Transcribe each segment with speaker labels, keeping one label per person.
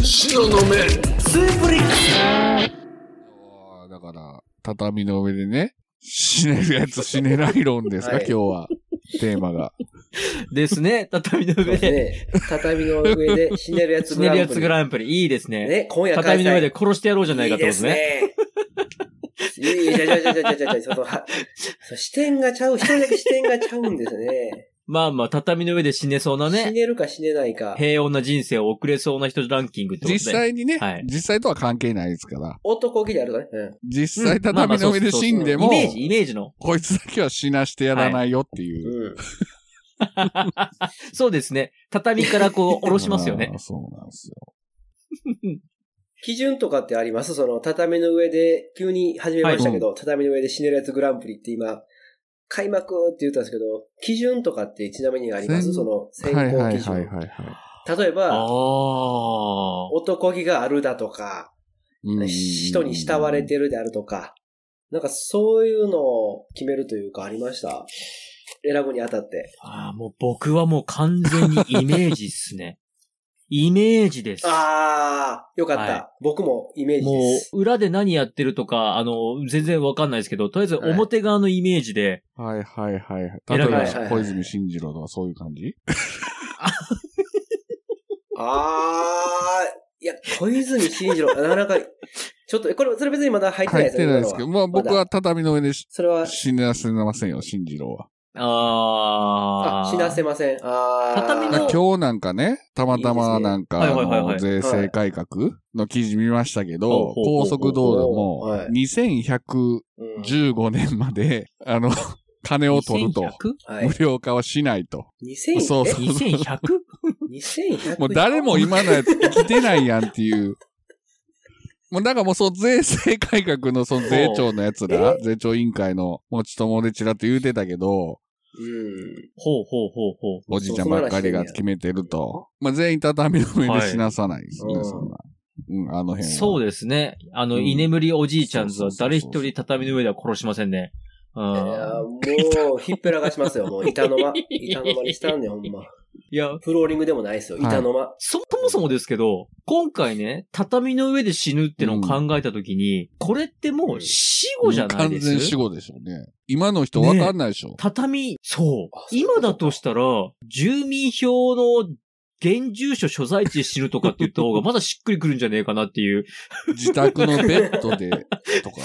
Speaker 1: 白の目
Speaker 2: スープリックス
Speaker 3: あーだから、畳の上でね、死ねるやつ死ねない論ですか、
Speaker 1: はい
Speaker 3: 今日は。テーマが。
Speaker 2: ですね。畳の上で。
Speaker 1: ね、畳の上でひねるやつ
Speaker 2: 死
Speaker 1: グ
Speaker 2: ね
Speaker 1: ラン
Speaker 2: る
Speaker 1: プリ。
Speaker 2: やつグランプリ。いいですね。
Speaker 1: ね、今夜開催
Speaker 2: 畳の上で殺してやろうじゃないかってことですね。
Speaker 1: いいですね。いい、じゃじゃじゃじゃじゃじゃそのはそう視点がちゃう、一人だけ視点がちゃうんですね。
Speaker 2: まあまあ、畳の上で死ねそうな
Speaker 1: 死
Speaker 2: ね、
Speaker 1: ねるか死ねないか。
Speaker 2: 平穏な人生を送れそうな人ランキングってことで。
Speaker 3: 実際にね、
Speaker 2: はい
Speaker 3: 実際とは関係ないですから。
Speaker 1: 男気であるからね。うん。
Speaker 3: 実
Speaker 2: う
Speaker 3: 際
Speaker 2: んまあまあ
Speaker 3: 畳の上で
Speaker 2: そうそうそう
Speaker 3: 死んでも、
Speaker 2: イメージ、イメージの。
Speaker 3: こいつだけは死なしてやらないよっていう。
Speaker 1: うん。
Speaker 2: そうですね。畳からこう、下ろしますよね
Speaker 3: あー。そうなんですよ。
Speaker 1: 基準とかってありますその、畳の上で、急に始めましたけど、畳の上で死ねるやつグランプリって今、開幕って言ったんですけど、基準とかってちなみにありま
Speaker 3: せ
Speaker 1: す
Speaker 3: ん
Speaker 1: その、選
Speaker 3: はいは
Speaker 1: 考
Speaker 3: い
Speaker 1: 基
Speaker 3: はいはい
Speaker 1: 準。
Speaker 3: はい。
Speaker 1: 例え
Speaker 2: あ
Speaker 1: ば、
Speaker 2: あ。
Speaker 1: 男気があるだとか、
Speaker 3: うん
Speaker 1: 人に慕われてるであるとか、なんかそういうのを決めるというかありました選ぶにあたって。
Speaker 2: ああ、もう僕はもう完全にイメージっすね。 イメージです。
Speaker 1: あー、よかった。
Speaker 2: はい
Speaker 1: 僕もイメージ
Speaker 2: も
Speaker 1: です。
Speaker 2: う、裏で何やってるとか、あの、全然わかんないですけど、とりあえず表側のイメージで、
Speaker 3: はいはいはいはい。
Speaker 2: 選
Speaker 3: 例
Speaker 2: び
Speaker 3: え
Speaker 2: ま
Speaker 1: した
Speaker 3: ば、小泉進次郎とかそういう感じ
Speaker 1: あー、いや、小泉進 次郎、なかなか、ちょっと、これ、それ別にまだ入ってな
Speaker 3: 入
Speaker 1: いで
Speaker 3: っ
Speaker 1: すね
Speaker 3: てないですけど、
Speaker 1: 今のは
Speaker 3: まあ僕
Speaker 1: まだ
Speaker 3: は畳の上でし
Speaker 1: それは、
Speaker 3: 死なせませんよ、進次郎は。
Speaker 2: あ
Speaker 1: あ
Speaker 2: あ、
Speaker 1: 死なせません。あー
Speaker 2: 畳の
Speaker 3: あ今日なんかね、たまたま
Speaker 1: いいですね
Speaker 3: なんか、
Speaker 2: はい
Speaker 3: あ
Speaker 2: はいはいはい
Speaker 3: の、税制改革の記事見ましたけ
Speaker 2: ほうほう
Speaker 3: ど、
Speaker 2: ほう
Speaker 3: 高速道路
Speaker 1: ほうは
Speaker 3: も
Speaker 1: い
Speaker 3: 2115
Speaker 1: うん
Speaker 3: 年まで、 あの、金を取ると、
Speaker 1: はい
Speaker 3: 無。料化はしないと。
Speaker 1: 2000
Speaker 3: そうそう
Speaker 2: 2100?2100?
Speaker 1: 2100
Speaker 3: もう誰も今のやつ生きてないやんっていう。もうだからもうそう税制改革のその税調のやつ ら、税調委員会の持ち友でちらっと言うてたけど、
Speaker 1: うん。
Speaker 2: ほうほうほうほう。
Speaker 3: おじいちゃんばっかりが決めてると。まあ全員畳の上で死なさないですね、
Speaker 1: はい
Speaker 3: そんな。うん、あの辺は。
Speaker 2: そうですね。あの、
Speaker 3: うん
Speaker 2: 居眠りおじいちゃんズは誰一
Speaker 3: そうそうそう
Speaker 2: 人畳の上では殺しませんね。うん
Speaker 1: いやー、もう、ひっぺらかしますよ。も う、板の間。板の間にしたんねん、ほんま。
Speaker 2: いや、
Speaker 1: フローリングでもないですよ。
Speaker 3: はい
Speaker 1: 板の間。
Speaker 2: そもそもですけど、今回ね、畳の上で死ぬってのを考えたときに、これってもう死後じゃないです
Speaker 3: 完全死後でしょうね。今の人わかんないでしょ。
Speaker 2: 畳、そう
Speaker 1: あ。そういうこと
Speaker 2: 今だとしたら、住民票の現住所所在地で死ぬとかって言った方がまだしっくりくるんじゃねえかなっていう。
Speaker 3: 自宅のベッドで、と か。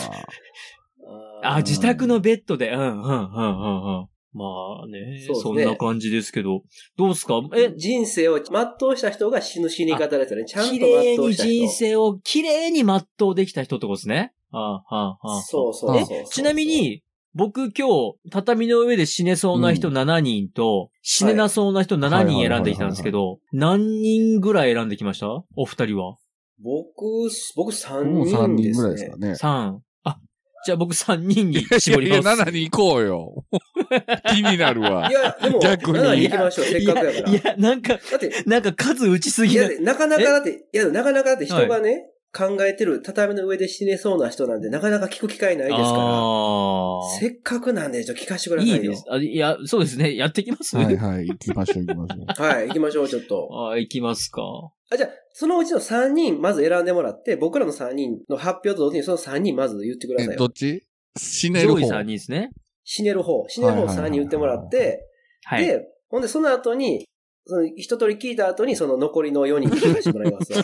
Speaker 1: ー
Speaker 2: あ、自宅のベッドで。うん、うん、うん、うん、うん。まあね
Speaker 1: そうですね
Speaker 2: そんな感じですけど。どうすかえ、
Speaker 1: 人生を全うした人が死ぬ死に方ですよね。ちゃんと
Speaker 2: 綺
Speaker 1: 全
Speaker 2: 麗
Speaker 1: う
Speaker 2: に
Speaker 1: した
Speaker 2: 人
Speaker 1: 人。
Speaker 2: 生を綺麗に全うできた人ってことですね。ああ、ああ、ああ。
Speaker 1: そうそうそうそう
Speaker 2: え、ちなみ、に、僕今日、畳の上で死ねそうな人7人と、死ねなそうな人7人選んできたんですけど、何人ぐらい選んできましたお二人は。
Speaker 1: 僕、僕3
Speaker 3: もう3人
Speaker 1: 人で
Speaker 3: ぐら
Speaker 1: す
Speaker 3: いですか。
Speaker 1: ね
Speaker 3: ね。
Speaker 2: 3。あ、じゃあ僕3人に
Speaker 3: いや
Speaker 2: 絞
Speaker 3: い
Speaker 2: り
Speaker 3: や、
Speaker 2: ます。
Speaker 3: 7人行こう よ。気になるわ
Speaker 1: い。や、で も、
Speaker 3: 逆に
Speaker 1: 7人行きましょう。せっかくやから。
Speaker 2: いや、いやなんか、
Speaker 1: だって、
Speaker 2: なんか数打ちす
Speaker 1: い
Speaker 2: ぎ
Speaker 1: や
Speaker 2: な、い。
Speaker 1: なかなかだって、いや、なかなかだって人がね、考えてる畳の上で死ねそうな人なんで、なかなか聞く機会ないですか
Speaker 2: あ
Speaker 1: ら、せっかくなんで、ちょっと聞かせてく
Speaker 2: あ。
Speaker 1: ださいよ。
Speaker 2: いいです。あいや、そうですね。やってきます、
Speaker 3: はいはい、行きましょう行きま しょう。
Speaker 1: はい、行きましょう、ちょっと。
Speaker 2: ああ、いきますか。
Speaker 1: あ、じゃあ、そのうちの3人、まず選んでもらって、僕らの3人の発表と同時にその3人まず言ってくださ
Speaker 3: え、
Speaker 1: い
Speaker 3: ど
Speaker 1: よ。
Speaker 3: っち死ねる
Speaker 2: 上位
Speaker 3: 方。
Speaker 2: 3人ですね。
Speaker 1: 死ねる方、死ねる方
Speaker 3: はいはいは
Speaker 1: 3
Speaker 3: い
Speaker 1: 人言ってもらって、
Speaker 2: はい。
Speaker 1: で、ほんでその後に、その一通り聞いた後に、その残りの4人に聞かせてもらい ますよ。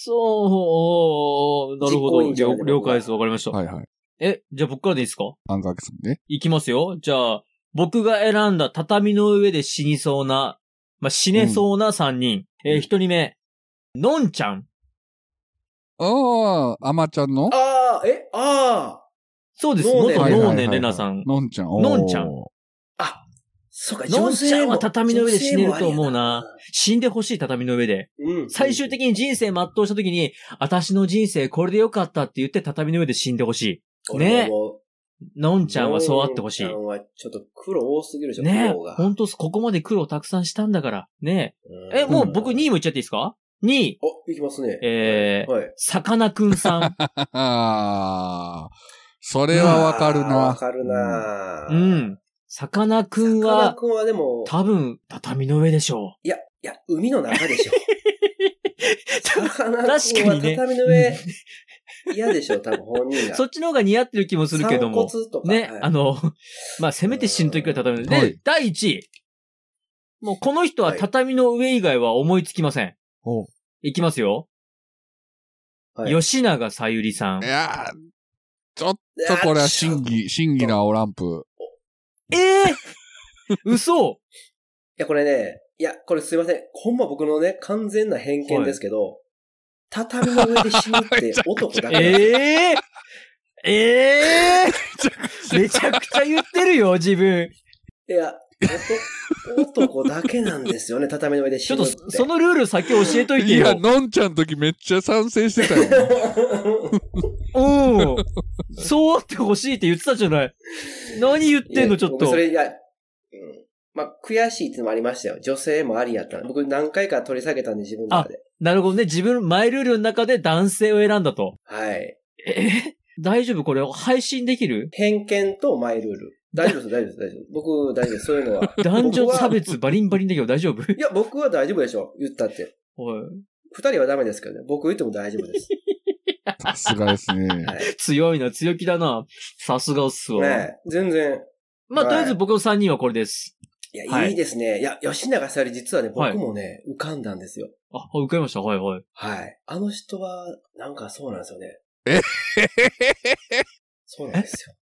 Speaker 2: そう、なる
Speaker 1: 実
Speaker 2: ほ
Speaker 1: 行委
Speaker 2: ど。
Speaker 1: 員長
Speaker 2: 了了解です。わかりました。
Speaker 3: はいはい。
Speaker 2: え、じゃあ僕からでいいですか
Speaker 3: あんかけさんね。
Speaker 2: いきますよ。じゃあ、僕が選んだ畳の上で死にそうな、まあ、死ねそうな3人。えー、1人目、のんちゃん。
Speaker 3: ああ、あまちゃんの
Speaker 1: あー、え、あー、
Speaker 2: そうです。
Speaker 1: のうね
Speaker 2: 元
Speaker 1: はいはい
Speaker 2: 能
Speaker 1: はい
Speaker 2: 年レナさん。
Speaker 3: のんちゃん。
Speaker 2: のんちゃん
Speaker 3: お
Speaker 1: あ、そうか、
Speaker 2: の
Speaker 1: 女
Speaker 2: ん
Speaker 1: 性も
Speaker 2: ちゃんは畳の上で死ねると思う。
Speaker 1: 女性もありや
Speaker 2: な。死んでほしい畳の上で。
Speaker 1: うん
Speaker 2: 最終的に人生全うした時に、私の人生これでよかったって言って畳の上で死んでほし
Speaker 1: 俺もも
Speaker 2: ねい。の
Speaker 1: うん
Speaker 2: ちゃんはそうあってほし
Speaker 1: のんちゃ
Speaker 2: い。
Speaker 1: んはちょっと黒多すぎるでしょ、
Speaker 2: ねえ
Speaker 1: 黒が。、
Speaker 2: ほんとっすここまで苦労たくさんしたんだから。ね
Speaker 1: うん
Speaker 2: え。え、もう僕2位も言っちゃっていいですか ?2 位、
Speaker 1: お、いきますね。
Speaker 2: えー
Speaker 1: はい。
Speaker 2: さかなクンさん。
Speaker 3: ーああ、それはわかる
Speaker 1: あー
Speaker 3: な。
Speaker 1: わかるな
Speaker 2: う。ん。さかなクン
Speaker 1: さかな
Speaker 2: は、
Speaker 1: クンはでも、
Speaker 2: 多分、畳の上でしょ
Speaker 1: いや、いや、海の中でしょ。田中
Speaker 2: 確
Speaker 1: 君
Speaker 2: か
Speaker 1: は
Speaker 2: にね
Speaker 1: 畳の上、嫌でしょ、多分本人が。
Speaker 2: そっちの方が似合ってる気もするけども。
Speaker 1: 散骨とか。
Speaker 2: ね、
Speaker 1: はい
Speaker 2: あの、まあ、せめて死ぬ時は畳の上。
Speaker 3: は
Speaker 2: で
Speaker 3: い、
Speaker 2: 第1位。もうこの人は畳の上以外は思いつきません。
Speaker 3: おう
Speaker 2: いきますよ。
Speaker 1: はい
Speaker 2: 吉永さゆりさん
Speaker 3: い。やー、ちょっとこれは審
Speaker 1: い
Speaker 3: 議、審議の青ランプ。
Speaker 2: ええー嘘
Speaker 1: や、これね、いや、これすいません。ほんま僕のね、完全な偏見ですけど、畳の上で死ぬ って男だけなんですよ
Speaker 2: ええええめちゃくちゃ言ってるよ、自分。
Speaker 1: いや、男男だけなんですよね、畳の上で
Speaker 2: ち
Speaker 1: 死
Speaker 2: ょっ
Speaker 1: ぬっ
Speaker 2: と
Speaker 1: て。
Speaker 2: そ、そのルール先教えといて
Speaker 3: い
Speaker 2: よ
Speaker 3: や、。のんちゃんの時めっちゃ賛成してた よ。
Speaker 2: うん。そうあってほしいって言ってたじゃない。何言ってんの、ちょっ
Speaker 1: 僕
Speaker 2: と
Speaker 1: そ。れ、いや、うん。まあ、悔しいっていうのもありましたよ。女性もありやったの僕何回か取り下げたんで、自分の中で。
Speaker 2: なるほどね。自分、マイルールの中で男性を選んだと。
Speaker 1: はい。
Speaker 2: え大丈夫これ配信できる
Speaker 1: 偏見とマイルール。大丈夫です、大丈夫です、大丈夫。僕、大丈夫です。そういうのは。
Speaker 2: 男女
Speaker 1: 僕は
Speaker 2: 差別バリンバリンだけど大丈夫
Speaker 1: いや、僕は大丈夫でしょ。言ったって。
Speaker 2: おい
Speaker 1: 二人はダメですけどね。僕言っても大丈夫 です。
Speaker 3: さすがですね。
Speaker 1: はい。
Speaker 2: 強いな、強気だな。さすがっすわ。
Speaker 1: ねえ全然。
Speaker 2: まあ、
Speaker 1: はい
Speaker 2: とりあえず僕の3人はこれです。
Speaker 1: いや、、
Speaker 2: はいい
Speaker 1: いですね。いや、吉永さゆり実はね、
Speaker 2: はい
Speaker 1: 僕もね、浮かんだんですよ。
Speaker 2: あ、受かりました。はいはい。
Speaker 1: はい。あの人は、なんかそうなんですよね。
Speaker 3: え
Speaker 1: そうなんですよ。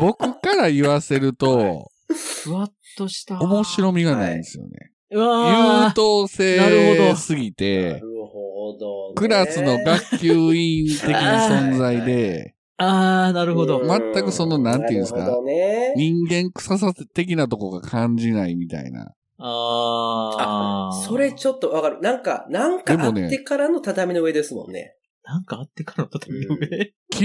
Speaker 3: 僕から言わせると、
Speaker 2: ふわっとした。
Speaker 3: 面白みがないんですよね。
Speaker 2: うわ
Speaker 3: 優
Speaker 2: ー
Speaker 3: 等生すぎ
Speaker 1: な
Speaker 3: て、
Speaker 1: るほど、ね。
Speaker 3: クラスの学級委員的な存在で、
Speaker 2: あー、なるほど。
Speaker 1: うん
Speaker 3: 全くそのなんていうんですか
Speaker 1: なるほどね。
Speaker 3: 人間臭さ的なとこが感じないみたいな。
Speaker 2: あー。
Speaker 1: それちょっとわかる。なんか、なんか
Speaker 3: で
Speaker 1: あ
Speaker 3: も
Speaker 1: っ
Speaker 3: ね
Speaker 1: てからの畳の上ですもんね。
Speaker 2: なんかあってからの畳の上。
Speaker 3: 昨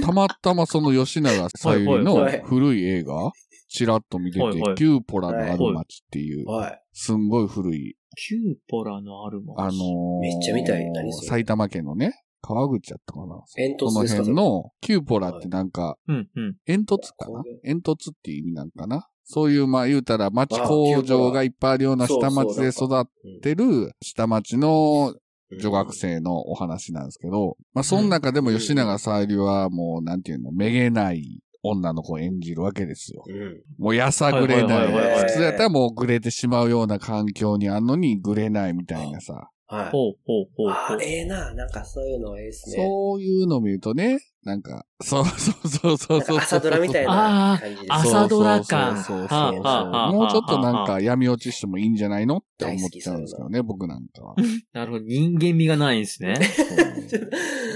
Speaker 3: 日、たまたまその吉永さゆりの古い映画、チラッと見て
Speaker 2: はいは
Speaker 3: て、
Speaker 2: い
Speaker 3: キューポラのある町っていう、
Speaker 1: はい。
Speaker 3: すんごい古い、
Speaker 2: キューポラのあるもん。
Speaker 3: あのー
Speaker 1: めっちゃ見たい何それ
Speaker 3: 埼玉県のね、川口やったかな。
Speaker 1: 煙
Speaker 3: こ
Speaker 1: 突
Speaker 3: の
Speaker 1: ですか
Speaker 3: 辺の、キューポラってなんか、
Speaker 2: うんうん。
Speaker 3: 煙突かな
Speaker 1: こういう
Speaker 3: 煙突っていう意味なんかなそういう、まあ言うたら町
Speaker 1: あ
Speaker 3: 工場がいっぱいあるような
Speaker 1: そうそう
Speaker 3: 下町で育ってる下町の女学
Speaker 1: 生。
Speaker 3: 生のお話なんですけど、まあその中でも吉永さゆりはもうなんていうの、めげない女の子を演じるわけですよ。
Speaker 1: うん。
Speaker 3: もうやさぐれな
Speaker 2: はいはいはいはい
Speaker 3: い。普通やったらもうぐれてしまうような環境にあんのにぐれないみたいなさ。
Speaker 1: はい。
Speaker 2: ほうほうほうほ
Speaker 1: あ
Speaker 2: う
Speaker 1: ー、。ええな。なんかそういうのええですね。
Speaker 3: そういうの見るとね、なんか、そうそうそうそう
Speaker 1: な
Speaker 3: そ
Speaker 1: ん
Speaker 3: う。
Speaker 1: か朝ドラみたいな感じです。
Speaker 2: あー朝ドラか
Speaker 3: そうそうそう
Speaker 2: はあ
Speaker 3: そう
Speaker 2: はあはあ
Speaker 3: もうちょっとなんか闇落ちしてもいいんじゃないのって思っちゃうんですけどね、僕なんか は。
Speaker 2: なるほど。人間味がないん ですね。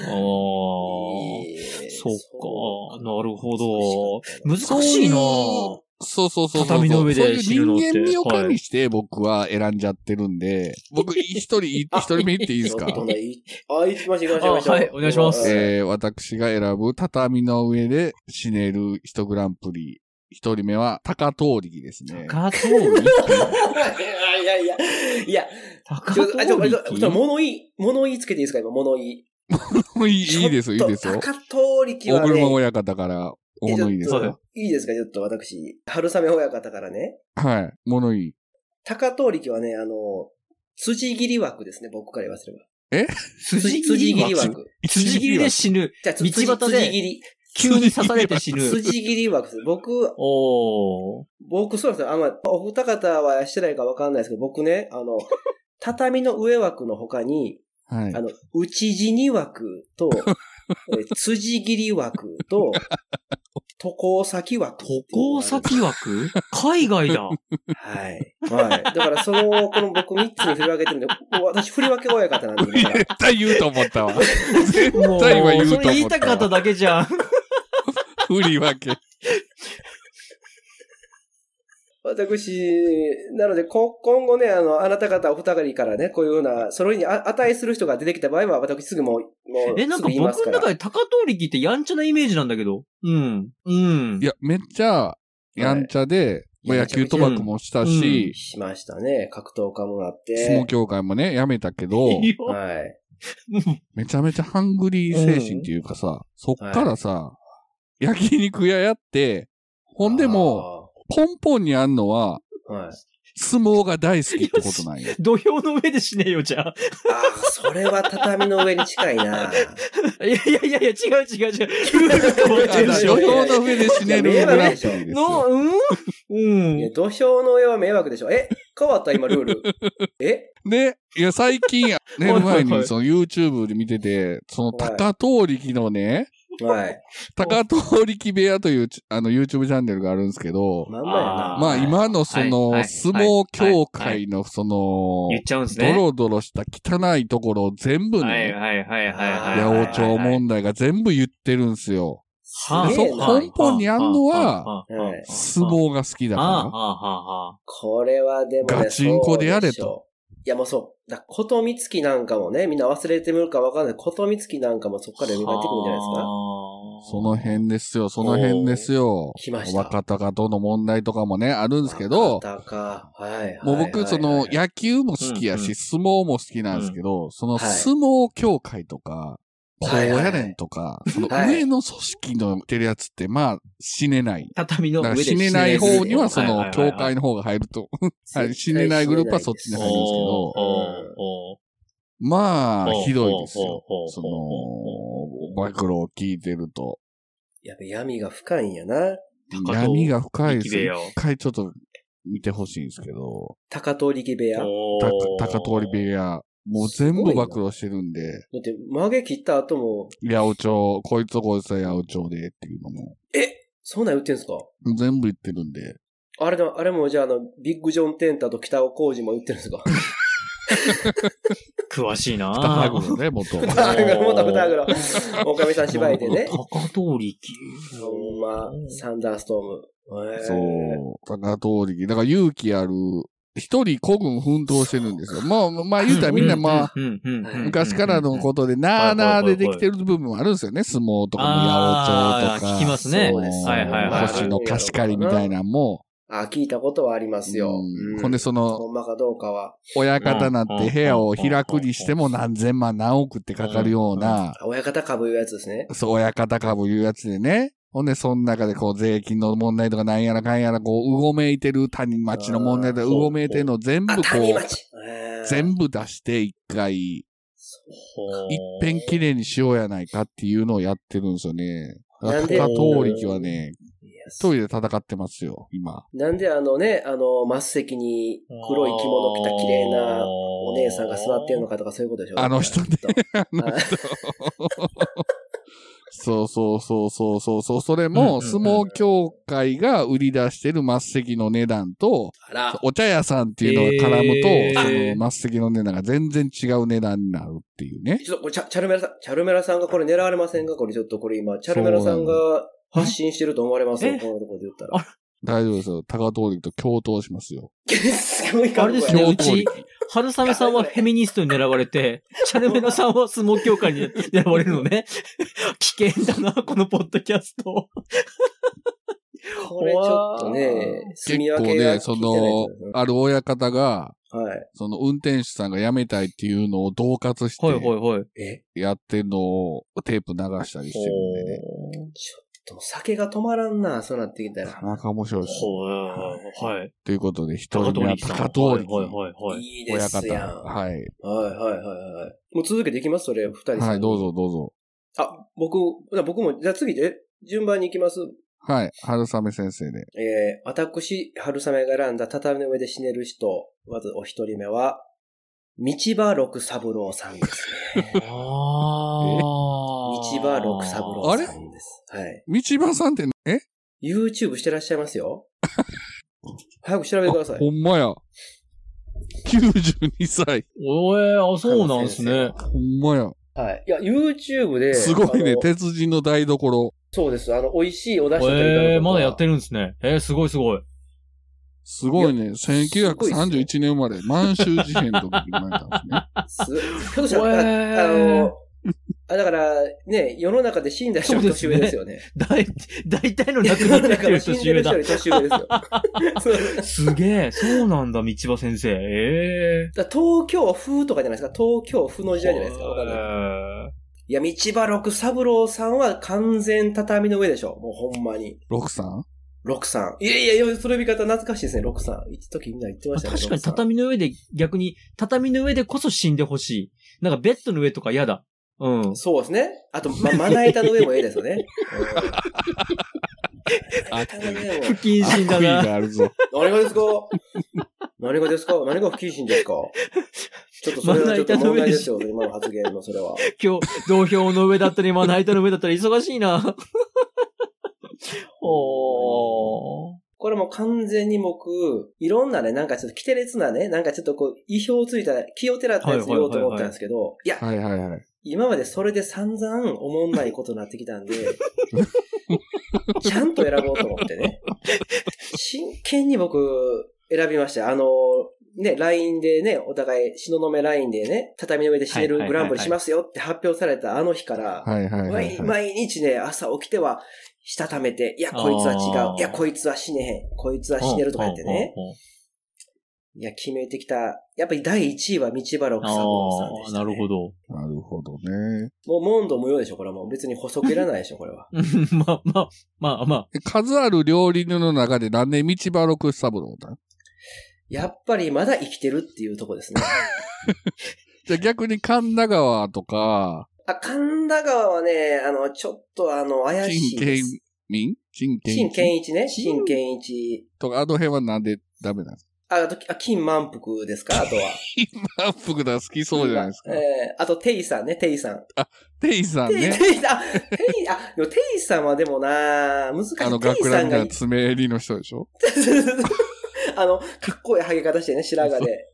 Speaker 3: そう
Speaker 2: おー。
Speaker 1: ええ
Speaker 2: そっか。なるほ
Speaker 1: そ
Speaker 2: ど
Speaker 1: う。か
Speaker 2: 難しいな
Speaker 3: そそうそうそうそう。
Speaker 2: 畳の上で
Speaker 3: そういう
Speaker 2: 死ぬのって
Speaker 3: 人間味を加味して僕は選んじゃってるん で、僕一人、一人目言っていいですか
Speaker 1: ちょっ とねいあ、行きましょう行きましょう行きましょう。
Speaker 2: あはいお願いしま す
Speaker 1: え
Speaker 3: えー、私が選ぶ畳の上で死ねる人グランプリ。一人目は高遠力ですね。
Speaker 2: 高通
Speaker 1: え
Speaker 2: 力
Speaker 1: いやいや、いや、
Speaker 2: 高
Speaker 1: ち
Speaker 2: 通
Speaker 1: ょ、あ、ちょ、ちょ、ちょ、
Speaker 2: 力
Speaker 1: 物言い、物言いつけていいですか今、物言い。
Speaker 3: いいいいですよ、いいですよ
Speaker 1: ちょっ。と高通力
Speaker 3: 大
Speaker 1: はね、
Speaker 3: 車親方から物言いです
Speaker 1: えちょっ
Speaker 3: か
Speaker 1: といいですかちょっと私、春雨親方からね。
Speaker 3: はい。物言い。
Speaker 1: 高通力はね、あの、辻切り枠ですね、僕から言わせれば。
Speaker 2: 筋
Speaker 1: 辻切り
Speaker 2: は
Speaker 1: 枠。
Speaker 2: 筋切りで死ぬ。
Speaker 1: じゃあ、つ
Speaker 2: 道
Speaker 1: 辻
Speaker 2: 端で
Speaker 1: 辻切り。
Speaker 2: 急に刺されて死ぬ。
Speaker 1: 筋切り枠です。僕、
Speaker 2: おー。
Speaker 1: 僕、そうなんですよ。あんま、お二方はしてないかわかんないですけど、僕ね、あ の、畳の上枠の他に、
Speaker 3: はい
Speaker 1: あ。の、内地に枠 と、え辻切り枠と、渡航先枠。
Speaker 2: 渡航先枠海外だ。
Speaker 1: はい。はい。だから、その、この僕3つに振り分けてるんで、 私、振り分け親方なんで、だから
Speaker 3: 絶対言うと思ったわ。 絶
Speaker 2: もう、そ
Speaker 3: 対今言うと思ったわ。
Speaker 2: れ言いたかっただけじ ゃん。
Speaker 3: 振り分け。
Speaker 1: 私、なので、こ今後ね、あの、あなた方お二人からね、こういうような、それにあ値する人が出てきた場合は、私すぐもう、もう、
Speaker 2: え、な
Speaker 1: す
Speaker 2: んか
Speaker 1: ぐ言います
Speaker 2: 僕
Speaker 1: か
Speaker 2: の
Speaker 1: ら
Speaker 2: 中で高通力ってやんちゃなイメージなんだけど。うん。うん。
Speaker 3: いや、めっちゃ、やんちゃで、まあ野球賭博もしたし、
Speaker 1: しましたね。格闘家もらって。
Speaker 3: 相撲協会もね、やめたけど、
Speaker 2: いいよ
Speaker 1: はい。
Speaker 3: めちゃめちゃハングリー精神っていうかさ、そっからさ、焼肉屋やって、ほんでも、
Speaker 1: あ
Speaker 3: ポンポンにあんのは、
Speaker 1: ー、はい。
Speaker 3: 相撲が大好きってこと なんや。
Speaker 2: 土俵の上で死ねよ、じゃあ。
Speaker 1: ああ、それは畳の上に近いな。
Speaker 2: いやいやいやいや、違う違う違う。ルールと思ってるでし
Speaker 3: 土
Speaker 2: ょ。
Speaker 3: 俵の上で死 ねるグランプリです
Speaker 2: の、
Speaker 3: よ。
Speaker 2: うんうん
Speaker 1: いや土俵の上は迷惑でしょ。え変わった今ル ール。え
Speaker 3: で、いや、最近、寝る前
Speaker 2: はいはい
Speaker 3: にその YouTube で見てて、その高遠力のね、
Speaker 1: はい。
Speaker 3: 高遠力部屋というちあの YouTube チャンネルがあるんですけど、
Speaker 1: まんまやな。
Speaker 3: まあ今のその
Speaker 2: はいはい
Speaker 3: 相撲協会のその、
Speaker 2: 言っちゃうんです
Speaker 3: ド
Speaker 2: ね。
Speaker 3: ロドロした汚いところを全部
Speaker 2: はい
Speaker 3: ね、
Speaker 2: はいはいはいはい。
Speaker 1: や
Speaker 3: 八
Speaker 1: 王
Speaker 3: 百長問題が全部言ってるんすよ。
Speaker 1: す
Speaker 2: はあ
Speaker 1: げえ
Speaker 3: そ
Speaker 1: な
Speaker 3: こ根本にあんのは、
Speaker 1: はい
Speaker 3: 相撲が好きだ
Speaker 2: ああ、あ
Speaker 3: か
Speaker 2: あ、ああ。
Speaker 1: これはでもね、
Speaker 3: ガチンコでやれと
Speaker 1: そうしょう。いや、もうそう。だことみつきなんかもね、みんな忘れてみるかわかんない。ことみつきなんかもそこから蘇ってくるんじゃないですか。
Speaker 3: ら。その辺ですよ、その辺ですよ。
Speaker 1: 来ました。
Speaker 3: 若隆との問題とかもね、あるんですけ
Speaker 1: わ
Speaker 3: ど、
Speaker 1: かったかはいはい。
Speaker 3: もう僕、その
Speaker 1: はい、
Speaker 3: 野球も好きや
Speaker 2: うんうん
Speaker 3: し、相撲も好きなんですけど、その
Speaker 1: はい
Speaker 3: 相撲協会とか、高
Speaker 1: はいはい
Speaker 3: 野連とか、その
Speaker 1: はい
Speaker 3: 上の組織のてるやつって、まあ、死ねない。
Speaker 2: 畳の
Speaker 3: だから
Speaker 2: 上で
Speaker 3: 死ねない方には、その、協
Speaker 2: 境
Speaker 3: 会の方が入ると。はい
Speaker 1: 絶対
Speaker 3: 死ねないグループはそっちに入るんですけどまあ、ひどいですよ。その、暴露を聞いてると。
Speaker 1: やっぱ闇が深いんやな。
Speaker 2: 高藤
Speaker 3: 闇が深いで
Speaker 2: 力
Speaker 3: す
Speaker 2: 部
Speaker 3: よ
Speaker 2: 屋。
Speaker 3: 一回ちょっと見てほしいんですけど、
Speaker 1: 高通力部屋。だ
Speaker 3: た高通り部屋、もう全部暴露してるんで、
Speaker 1: って、曲げ切った後も、
Speaker 3: 八百長、こいつとこいつは八百長でっていうのも、
Speaker 1: そんなん言ってんすか
Speaker 3: 全部言ってるんで、
Speaker 1: あれだ、あれもじゃあ、あの、ビッグジョン・テンタと北尾浩二も言ってるんですか
Speaker 2: 詳しいな
Speaker 3: 二ハグの ね、元。
Speaker 1: 二羽黒、 元二黒。おかみさん芝居でね。
Speaker 2: 高通力。
Speaker 1: ほんま、サンダーストーム。へー
Speaker 3: そう。高通り。だから勇気ある、一人孤軍奮闘してるんですよ。まあ、まあ言うたらみんなまあ、昔からのことで、なあなあでできてる部分もあるんですよね。相撲とかも八百長と
Speaker 2: あー
Speaker 3: か。
Speaker 2: 聞きますね
Speaker 3: そう
Speaker 2: はいはいはい
Speaker 3: 星の貸し借りみたいなのも。
Speaker 1: あ、聞いたことはありますよ。
Speaker 3: うん
Speaker 1: う
Speaker 3: ほんで、その、
Speaker 1: ほんまかどうかは。
Speaker 3: 親方なんて部屋を開くにしても何千万何億ってかかるような、
Speaker 1: あ親方株いうやつですね。
Speaker 3: そう、親方株いうやつでね。ほんで、その中でこう、税金の問題とかなんやらかんやら、こう、うごめいてる、谷町の問題とか、
Speaker 1: あー
Speaker 3: うごめいてるのを全部
Speaker 1: あ、
Speaker 3: こ
Speaker 1: 谷
Speaker 3: う、
Speaker 1: 町へー
Speaker 3: 全部出して一回、一遍
Speaker 2: き
Speaker 3: 綺麗にしようやないかっていうのをやってるんですよね。
Speaker 1: な
Speaker 3: 高
Speaker 1: んで
Speaker 3: 通力はね、
Speaker 1: いや
Speaker 3: トイレで戦ってますよ、今。
Speaker 1: なんであのね、あの、末席に黒い着物着た綺麗なお姉さんが座ってるのかとかそういうことでしょ
Speaker 3: あの人ね。あの
Speaker 1: はい
Speaker 3: 人。そうそうそうそうそうそう。それも、
Speaker 2: うんうんう
Speaker 3: 相
Speaker 2: ん
Speaker 3: 撲協会が売り出してる末席の値段と、
Speaker 1: あら、
Speaker 3: お茶屋さんっていうのが絡むと、
Speaker 2: へー
Speaker 3: その末席の値段が全然違う値段になるっていうね。
Speaker 1: ちょっとこれチャ、チャルメラさん、チャルメラさんがこれ狙われませんかこれちょっとこれ今、チャルメラさんが発信してると思われますよ。
Speaker 2: え
Speaker 1: このところで言った
Speaker 2: あ
Speaker 1: ら。
Speaker 3: 大丈夫ですよ。高通力と共闘しますよ。
Speaker 1: すごい
Speaker 2: あ
Speaker 1: 覚
Speaker 2: れで
Speaker 1: 悟
Speaker 2: す
Speaker 1: や
Speaker 2: ね、
Speaker 1: な
Speaker 2: うち、春雨さんはフェミニストに狙われて、 チャルメラさんは相撲協会に狙われるの ね。危険だな、このポッドキャスト。
Speaker 1: これちょっとね、
Speaker 3: 結
Speaker 1: 住み
Speaker 3: 構
Speaker 1: 分けが
Speaker 3: ね、
Speaker 1: 効
Speaker 3: そ
Speaker 1: いてない
Speaker 3: の
Speaker 1: と思い、ま
Speaker 3: ある親方が、
Speaker 1: すはい。
Speaker 3: その運転手さんが辞めたいっていうのを恫喝し
Speaker 2: はいはい
Speaker 3: て、
Speaker 2: はい。
Speaker 1: え、
Speaker 3: やってんのをテープ流したりしてるんでね。
Speaker 1: ちょっと酒が止まらんな、そうなってきた。
Speaker 3: なからなか面白いです。
Speaker 2: ほう、はい。
Speaker 3: ということで、一
Speaker 2: 高
Speaker 3: 人
Speaker 2: 通
Speaker 3: 目は
Speaker 2: 力さん。
Speaker 3: 高通
Speaker 2: はいはい
Speaker 3: 力
Speaker 2: はいはい。
Speaker 1: いいで
Speaker 3: 親
Speaker 1: す
Speaker 3: 方。
Speaker 1: やん。はい
Speaker 3: はい。
Speaker 1: はいはいはい。もう続けていきますそれ、二人さん
Speaker 3: はい、どう。ぞどうぞ。
Speaker 1: あ、僕、僕も、じゃあ次で、順番に行きます。
Speaker 3: はい、春雨先生で。
Speaker 1: えー、私、春雨が選んだ畳の上で死ねる人、まずお一人目は、道場六三郎さんですね。
Speaker 2: ああ
Speaker 1: 道場六三郎さんです。はい。
Speaker 3: 道場さんって、え
Speaker 1: YouTube してらっしゃいます よ。早く調べてください。
Speaker 3: ほんまや。92歳。
Speaker 2: おえあ、そうなんすね。
Speaker 3: ほんまや。
Speaker 1: はい。いや、YouTube で、
Speaker 3: すごい
Speaker 1: あ
Speaker 3: ね、
Speaker 1: の
Speaker 3: 鉄人の台所。
Speaker 1: そうです。あの、美味しいお出汁というか
Speaker 2: ええまだやってるんですね。えー、すごいすごい。
Speaker 3: すごいね。
Speaker 1: ごいっ
Speaker 3: 1931年生まれ、満州事変の時に生まれたんですね。
Speaker 1: すひょっとしたら、
Speaker 2: へ
Speaker 1: ああ
Speaker 2: ー
Speaker 1: の、あ、だから、ね、世の中で死んだ人より年上ですよね。
Speaker 2: 大、大体の亡く
Speaker 1: 世の
Speaker 2: なって
Speaker 1: 中
Speaker 2: る
Speaker 1: で
Speaker 2: 人
Speaker 1: 死ん
Speaker 2: 年
Speaker 1: で
Speaker 2: 上
Speaker 1: る人
Speaker 2: だ
Speaker 1: よ。り年上ですよ。そうだ
Speaker 2: すげえ、そうなんだ、道場先生。ええ
Speaker 1: から東京風とかじゃないですか。東京風の時代じゃないですか。わかんないいや、道場六三郎さんは完全畳の上でしょ。もうほんまに。
Speaker 3: 六さん
Speaker 1: 六三。いやいやいや、その呼び方懐かしいですね、六三。一時みんな言ってましたね。
Speaker 2: 確かに畳の上で、逆に、畳の上でこそ死んでほしい。なんかベッドの上とか嫌だ。うん。
Speaker 1: そうですね。あと、ま、まな板の上もええですよ ね。
Speaker 2: あ、不謹慎だな。
Speaker 3: があるぞ。
Speaker 1: 何がですか何がですか何が不謹慎ですかちょっとそれはちょっと問題ですよ、ね、今の発言のそれは。
Speaker 2: 今日、同票の上だったり、まな板の上だったり忙しいな。
Speaker 1: おー。これも完全に僕、いろんなね、なんかちょっと、キテレツなね、なんかちょっとこう、意表をついた、気をてらったやつ言おうと思ったんですけど、いや、
Speaker 3: はいはいはい。
Speaker 1: 今までそれで散々思んないことになってきたんで、ちゃんと選ぼうと思ってね。真剣に僕、選びました。あの、ね、LINE でね、お互い、しののめ LINE でね、畳の上で死ねるグランプリしますよって発表されたあの日から、毎日ね、朝起きては、したためて、いや、こいつは違う。いや、こいつは死ねへん。こいつは死ねるとか言ってね。いや、決めてきた。やっぱり第1位は道原六三郎さんでした、
Speaker 2: ね、なるほど。
Speaker 3: なるほどね。
Speaker 1: もう、モンド無用でしょ、これはもう。別に補足いらないでしょ、こ れは。
Speaker 2: まあまあ、まあまあ。
Speaker 3: 数ある料理人の中でなんで道原六三郎だ
Speaker 1: やっぱりまだ生きてるっていうとこですね。
Speaker 3: じゃあ逆に神田川とか、
Speaker 1: あ、神田川はね、あの、ちょっとあの、怪しいです。
Speaker 3: 民陳
Speaker 1: 建一。陳建一ね。陳建一。
Speaker 3: とか、あの辺はなんでダメなんですか
Speaker 1: あ、あと、あ金満腹ですかあとは。
Speaker 3: 金満腹だ、好き そうじゃないですか。
Speaker 1: ええー、あと、テイさんね、テイさん。
Speaker 3: あ、テイさんね。
Speaker 1: テイさん、テイ、あ、でもテイさんはでもな難しい。
Speaker 3: あの、学ランが爪襟の人でしょ
Speaker 1: あの、かっこいい剥げ方してね、白髪で。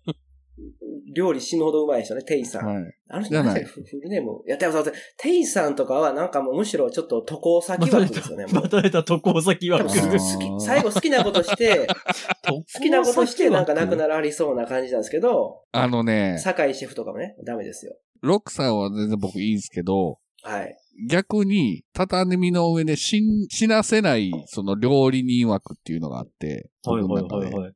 Speaker 1: 料理死ぬほどうまい人ね、テイさん。はい、あの人、なんフルネーム。いや、でもさ、テイさんとかはなんかもうむしろちょっと渡航先枠ですよね。
Speaker 2: またれた渡航先枠。
Speaker 1: 好き、最後好きなことして、 好きなことして、なんかなくならりそうな感じなんですけど、
Speaker 3: あのね、
Speaker 1: 酒井シェフとかもね、ダメですよ。
Speaker 3: ロックさんは全然僕いいんですけど、
Speaker 1: はい。
Speaker 3: 逆に、畳の上で死ん、死なせない、その料理人枠っていうのがあって、
Speaker 2: はいはいはいはい。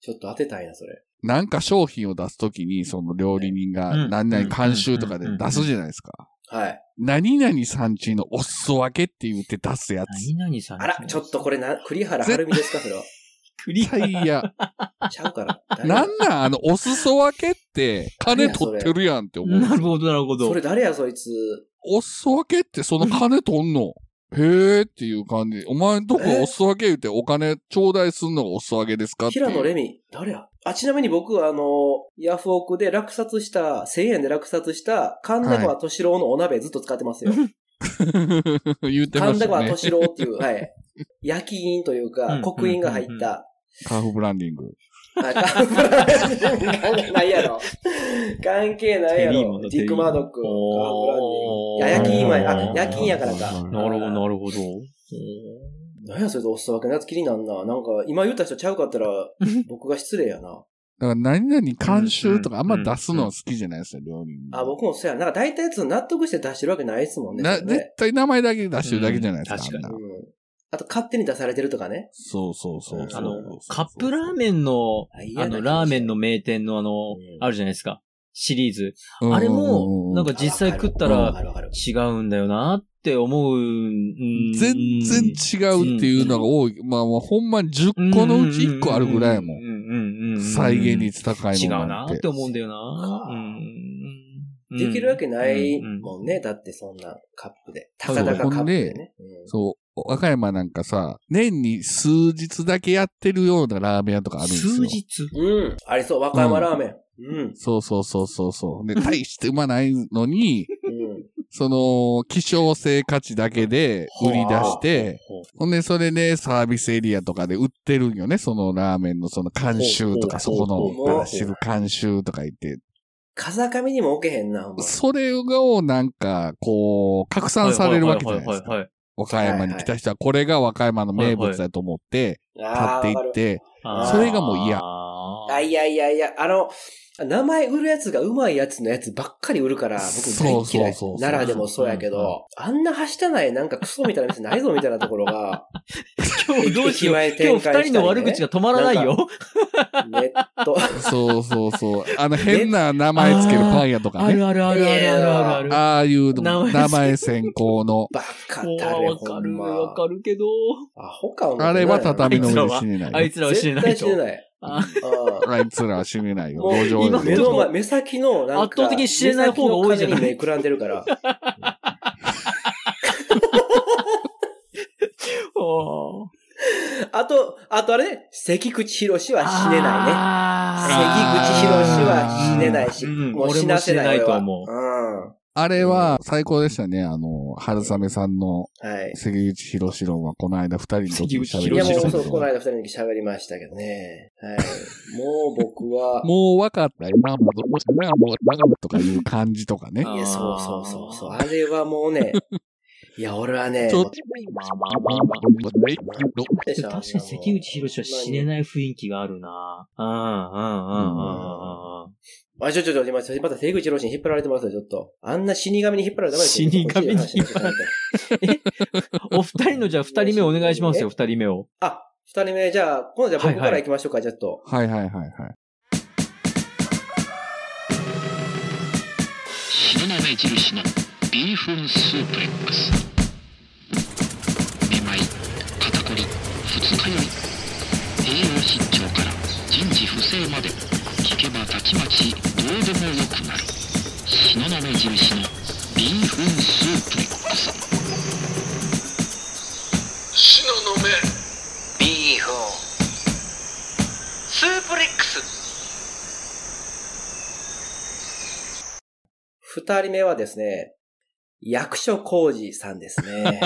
Speaker 1: ちょっと当てたいな、それ。
Speaker 3: なんか商品を出すときに、その料理人が何々監修とかで出すじゃないですか。
Speaker 1: はい。
Speaker 3: 何々さんちのお裾分けって言って出すやつ。
Speaker 2: 何々さん
Speaker 1: あら、ちょっとこれな、栗原はるみですか、それは。
Speaker 2: 栗原。
Speaker 3: いや。
Speaker 1: ちゃうから。
Speaker 3: なんなん、あの、お裾分けって、金取ってるやんって思う。
Speaker 2: なるほど、なるほど。
Speaker 1: それ誰や、そいつ。
Speaker 3: お裾分けって、その金取んの。へえっていう感じ。お前んとこお裾分け言ってお金頂戴すんのがお裾分けですか
Speaker 1: 平野レミ、誰やあ、ちなみに僕はあの、ヤフオクで落札した、1000円で落札した神田川敏郎のお鍋ずっと使ってます よ。は い、
Speaker 3: 言ってましたね。神
Speaker 1: 田川敏郎っていう、はい。 焼き印というか、刻印が入った。
Speaker 3: カーフブランディング。
Speaker 1: あ、カーフブランディング関係ないやろ。関係ないやろ。ディック・マードック。カーフブランディング。いや、夜勤今や、あ、夜勤やからか。
Speaker 2: なるほど、なるほど。
Speaker 1: 何や、それとおっさわけなやつ気になんな。なんか、今言った人ちゃうかったら、僕が失礼やな。
Speaker 3: だから何々監修とかあんま出すの好きじゃないですよ、料理
Speaker 1: あ、僕もそうや。なんか大体やつ納得して出してるわけないですもんね。
Speaker 3: な、絶対名前だけ出してるだけじゃないです
Speaker 2: か。確かに。
Speaker 1: あと、勝手に出されてるとかね。
Speaker 3: そうそうそう。
Speaker 2: あの、カップラーメンの、あの、ラーメンの名店のあの、あるじゃないですか。シリーズ。あれも、なんか実際食ったら違うんだよなって思う。
Speaker 3: 全然違うっていうのが多い。まあまあ、ほんまに10個のうち1個あるぐらいもん。再現率高い
Speaker 2: の違うなって思うんだよな。
Speaker 1: できるわけないもんね。だってそんなカップで。たかだかカップでね。
Speaker 3: そう。和歌山なんかさ、年に数日だけやってるようなラーメン屋とかあるんですよ。
Speaker 2: 数日
Speaker 1: うん。ありそう。和歌山ラーメン。うん、
Speaker 3: そうそうそうそうそう。で、大してうまないのに、 うん、その、希少性価値だけで売り出して、ほんで、それで、ね、サービスエリアとかで売ってるんよね、そのラーメンのその監修とか、そこの出してる監修とか言って。
Speaker 1: 風上にも置けへんな、
Speaker 3: それをなんか、こう、拡散されるわけじゃないですか。和歌山に来た人は、これが和歌山の名物だと思って、買っていって、それがもう嫌。
Speaker 1: あ、いやいやいや、あの、名前売るやつがうまいやつのやつばっかり売るから、僕大嫌い。そうそうそう奈良でもそうやけど、あんなはしたないなんかクソみたいな店ないぞみたいなところ が。
Speaker 2: 今日どうしよう。ね、今日二人の悪口が止まらないよ。
Speaker 1: ネット。
Speaker 3: そうそうそう。あの変な名前つけるパン屋とかね。
Speaker 2: あるあるあるあるあるある。
Speaker 3: ああいうの、名前先行 の。
Speaker 1: バカだれ、
Speaker 2: わかる、わかるけど。
Speaker 1: あ、ほか
Speaker 3: あれは畳の上で死ねない。
Speaker 2: あいつらは死ねない。
Speaker 1: 死ねない。
Speaker 3: ああいつらは死ねないよ。路上
Speaker 1: 今目の前、目先の、なんか、
Speaker 2: 圧倒的に死ねない方が多いじゃない
Speaker 1: 目くらんでるから。あと、あとあれね、関口博士は死ねないね。関口博士は死ねないし、もう死なせないと思う。うん
Speaker 3: あれは最高でしたね。あの、春雨さんの、関口博士論はこの間二人の時
Speaker 1: に喋りました。いや、もうそう、この間二人の時喋りましたけどね。はい。もう僕は。
Speaker 3: もう分かったよ。まあまあ、どうしても、もう、長とかいう感じとかね。い
Speaker 1: や、そうそうそうそう。あれはもうね、いや、俺はね、
Speaker 2: ちょっと、確かに関口博士は死ねない雰囲気があるなうん、うん、うん、うん、うん。
Speaker 1: あ、ちょちょちょ、今、また、関口老師に引っ張られてますよ、ちょっと。あんな死神に引っ張られたらダメです
Speaker 2: よ。死神に引っ張られて。えお二人の、じゃあ、二人目お願い しますよ、二人目を。
Speaker 1: あ、二人目、じゃあ、今度じゃあ僕から行きましょうか、ちょっと。
Speaker 3: はいはいはいはい。
Speaker 4: 死なない印のビーフンスープレックス。めまい、肩こり、二日酔い。栄養失調から人事不正まで。聞けばたちまちどうでもよくなる東雲印のビーフンスープレック
Speaker 5: ス東雲ビーフンスープレックス
Speaker 1: 二人目はですね役所広司さんですね。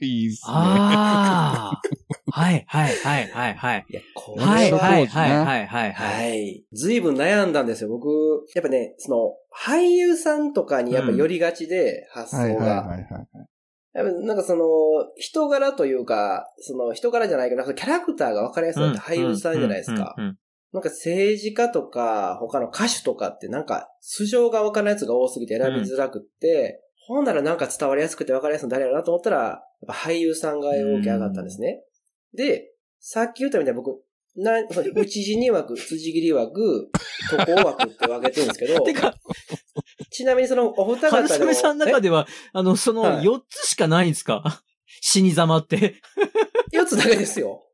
Speaker 3: いいっすね。
Speaker 2: ああ。はい、はい、はい、はい、はい。
Speaker 1: いや、こ
Speaker 2: れは、はい、はい、はい、はい。
Speaker 1: はい。ずいぶん悩んだんですよ。僕、やっぱね、その、俳優さんとかにやっぱ寄りがちで、発想が。やっぱなんかその、人柄というか、その人柄じゃないけど、キャラクターが分かりやすいのって俳優さんじゃないですか。なんか政治家とか、他の歌手とかってなんか、素性が分からないやつが多すぎて選びづらくって、うん、ほんならなんか伝わりやすくて分かりやすいの誰やろなと思ったら、やっぱ俳優さんが大き上がったんですね。で、さっき言ったみたいに僕、な、内地に 枠、辻切り枠、渡航枠って分け てるんですけど。
Speaker 2: てか、
Speaker 1: ちなみにそのお二方
Speaker 2: の。春雨さんの中では、あの、その4つしかないんですか、はい、 死にざまって。
Speaker 1: 4つだけですよ。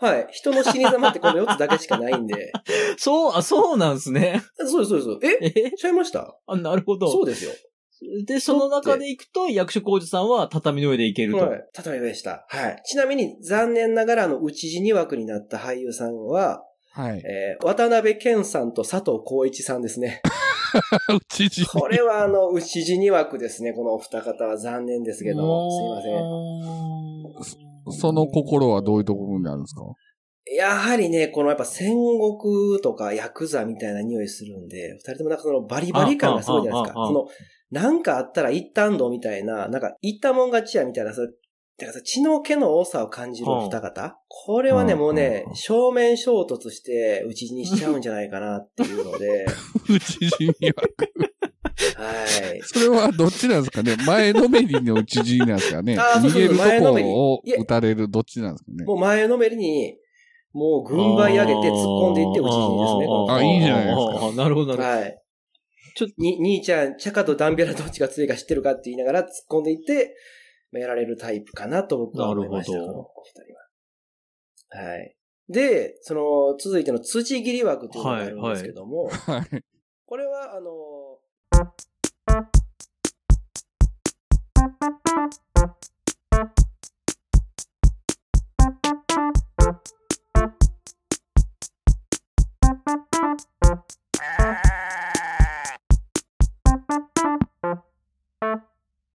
Speaker 1: はい。人の死にざまってこの4つだけしかないん で。
Speaker 2: そう、あ、そうなんですね。
Speaker 1: そうです、そうです。ええちゃいました
Speaker 2: あ、なるほど。
Speaker 1: そうですよ。、
Speaker 2: で、その中で行くと、役所広司さんは畳の上で行けると。はい
Speaker 1: 畳の上でした。はい。ちなみに、残念ながら、あの、内地に枠になった俳優さんは、
Speaker 3: はい。
Speaker 1: えー、渡辺健さんと佐藤浩一さんですね。
Speaker 3: 内地
Speaker 1: これは、あの、 内地に枠ですね。このお二方は残念ですけど
Speaker 3: すいま
Speaker 1: も、
Speaker 3: せん。その心はどういうところにあるんですか
Speaker 1: やはりね、このやっぱ戦国とかヤクザみたいな匂いするんで、二人ともなんかそのバリバリ感がすごいじゃないですか。その、なんかあったら一旦どみたいな、なんか行ったもん勝ちやみたいな、そだから血の毛の多さを感じるお二方、これはね、もうね、正面衝突して打ち死にしちゃうんじゃないかなっていうので。
Speaker 3: 打ち死には。
Speaker 1: はい。
Speaker 3: それはどっちなんです かね前のめりの打ち死になんですかね逃げるとこを打たれるどっちなんですかね
Speaker 1: もう前のめりに、もう軍配上げて突っ込んでいって打ち死にですね。。
Speaker 3: あ、いいじゃないですか。
Speaker 2: なるほど、なるほど。はい
Speaker 1: ちょっと、兄ちゃん、チャカとダンベラどっちが強いか知ってるかって言いながら突っ込んでいって、やられるタイプかなと僕は思いました。なるほど。この二人は。はい。で、その、続いての土切り枠というのがあるんですけども、はいはい、これは、あのー